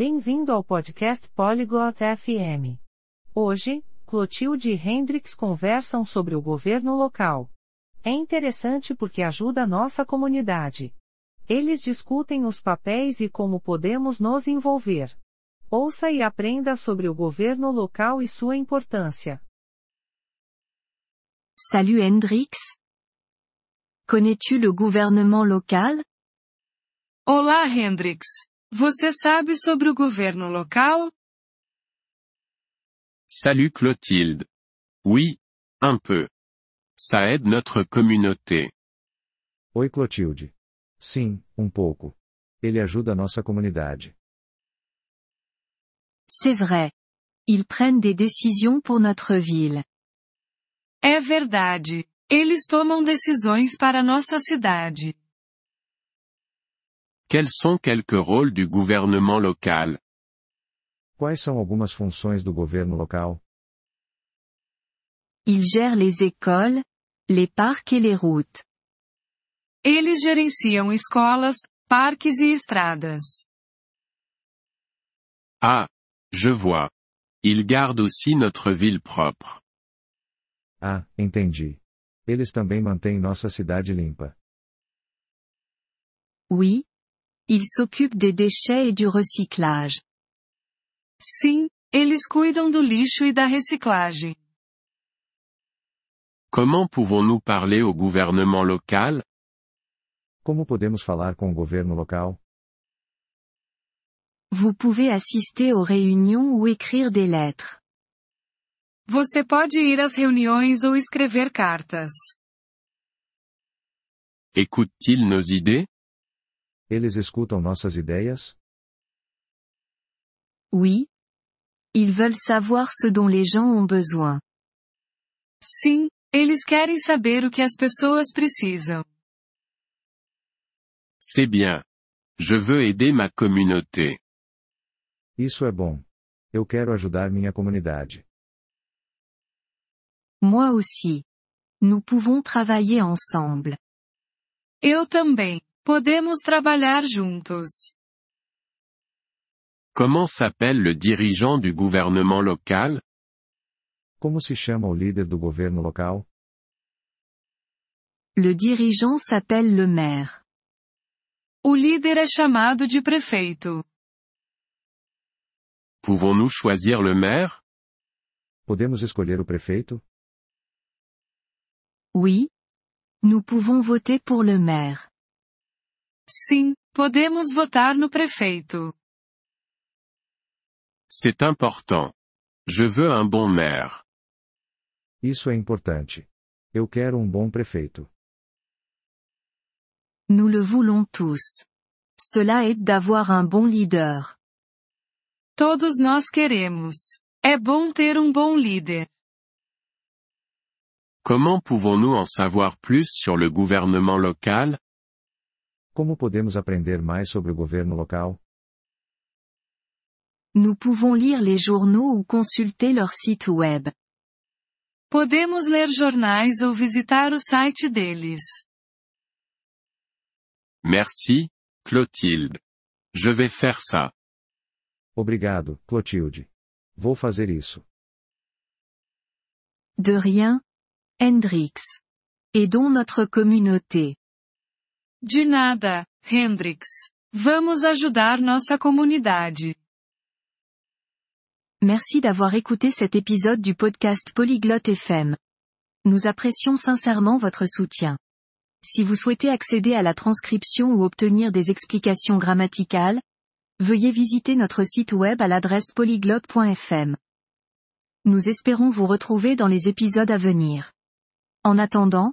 Bem-vindo ao podcast Polyglot FM. Hoje, Clotilde e Hendrix conversam sobre o governo local. É interessante porque ajuda a nossa comunidade. Eles discutem os papéis e como podemos nos envolver. Ouça e aprenda sobre o governo local e sua importância. Salut Hendrix. Connais-tu le gouvernement local? Olá, Hendrix. Você sabe sobre o governo local? Salut Clotilde. Oui, un peu. Ça aide notre communauté. Oi, Clotilde. Sim, um pouco. Ele ajuda a nossa comunidade. C'est vrai. Ils prennent des décisions pour notre ville. É verdade. Eles tomam decisões para nossa cidade. Quels sont quelques rôles du gouvernement local Quais são algumas funções do governo local? Ils gèrent les écoles, les parcs et les routes. Eles gerenciam escolas, parques e estradas. Ah, je vois. Ils gardent aussi notre ville propre. Ah, entendi. Eles também mantêm nossa cidade limpa. Oui. Ils s'occupent des déchets et du recyclage. Sim, eles cuidam do lixo e da reciclagem. Comment pouvons-nous parler au gouvernement local Como podemos falar com o governo local? Vous pouvez assister aux réunions ou écrire des lettres. Você pode ir às reuniões ou escrever cartas. Écoutent-ils nos idées Eles escutam nossas ideias? Oui. Ils veulent savoir ce dont les gens ont besoin. Sim, eles querem saber o que as pessoas precisam. C'est bien. Je veux aider ma communauté. Isso é bom. Eu quero ajudar minha comunidade. Moi aussi. Nous pouvons travailler ensemble. Eu também. Podemos trabalhar juntos. Comment s'appelle le dirigeant du gouvernement local Como se chama o líder do governo local? Le dirigeant s'appelle le maire. O líder é chamado de prefeito. Pouvons-nous choisir le maire Podemos escolher o prefeito? Oui. Nous pouvons voter pour le maire. Sim, podemos votar no prefeito. C'est important. Je veux un bon maire. Isso é importante. Eu quero um bom prefeito. Nous le voulons tous. Cela aide d'avoir un bon leader. Todos nós queremos. É bom ter um bom líder. Comment pouvons-nous en savoir plus sur le gouvernement local Como podemos aprender mais sobre o governo local? Nous pouvons lire les journaux ou consulter leur site web. Podemos ler jornais ou visitar o site deles. Merci, Clotilde. Je vais faire ça. Obrigado, Clotilde. Vou fazer isso. De rien. Hendrix. Aidons notre communauté. De nada, Hendrix. Vamos ajudar nossa comunidade. Merci d'avoir écouté cet épisode du podcast Polyglotte FM. Nous apprécions sincèrement votre soutien. Si vous souhaitez accéder à la transcription ou obtenir des explications grammaticales, veuillez visiter notre site web à l'adresse polyglotte.fm. Nous espérons vous retrouver dans les épisodes à venir. En attendant,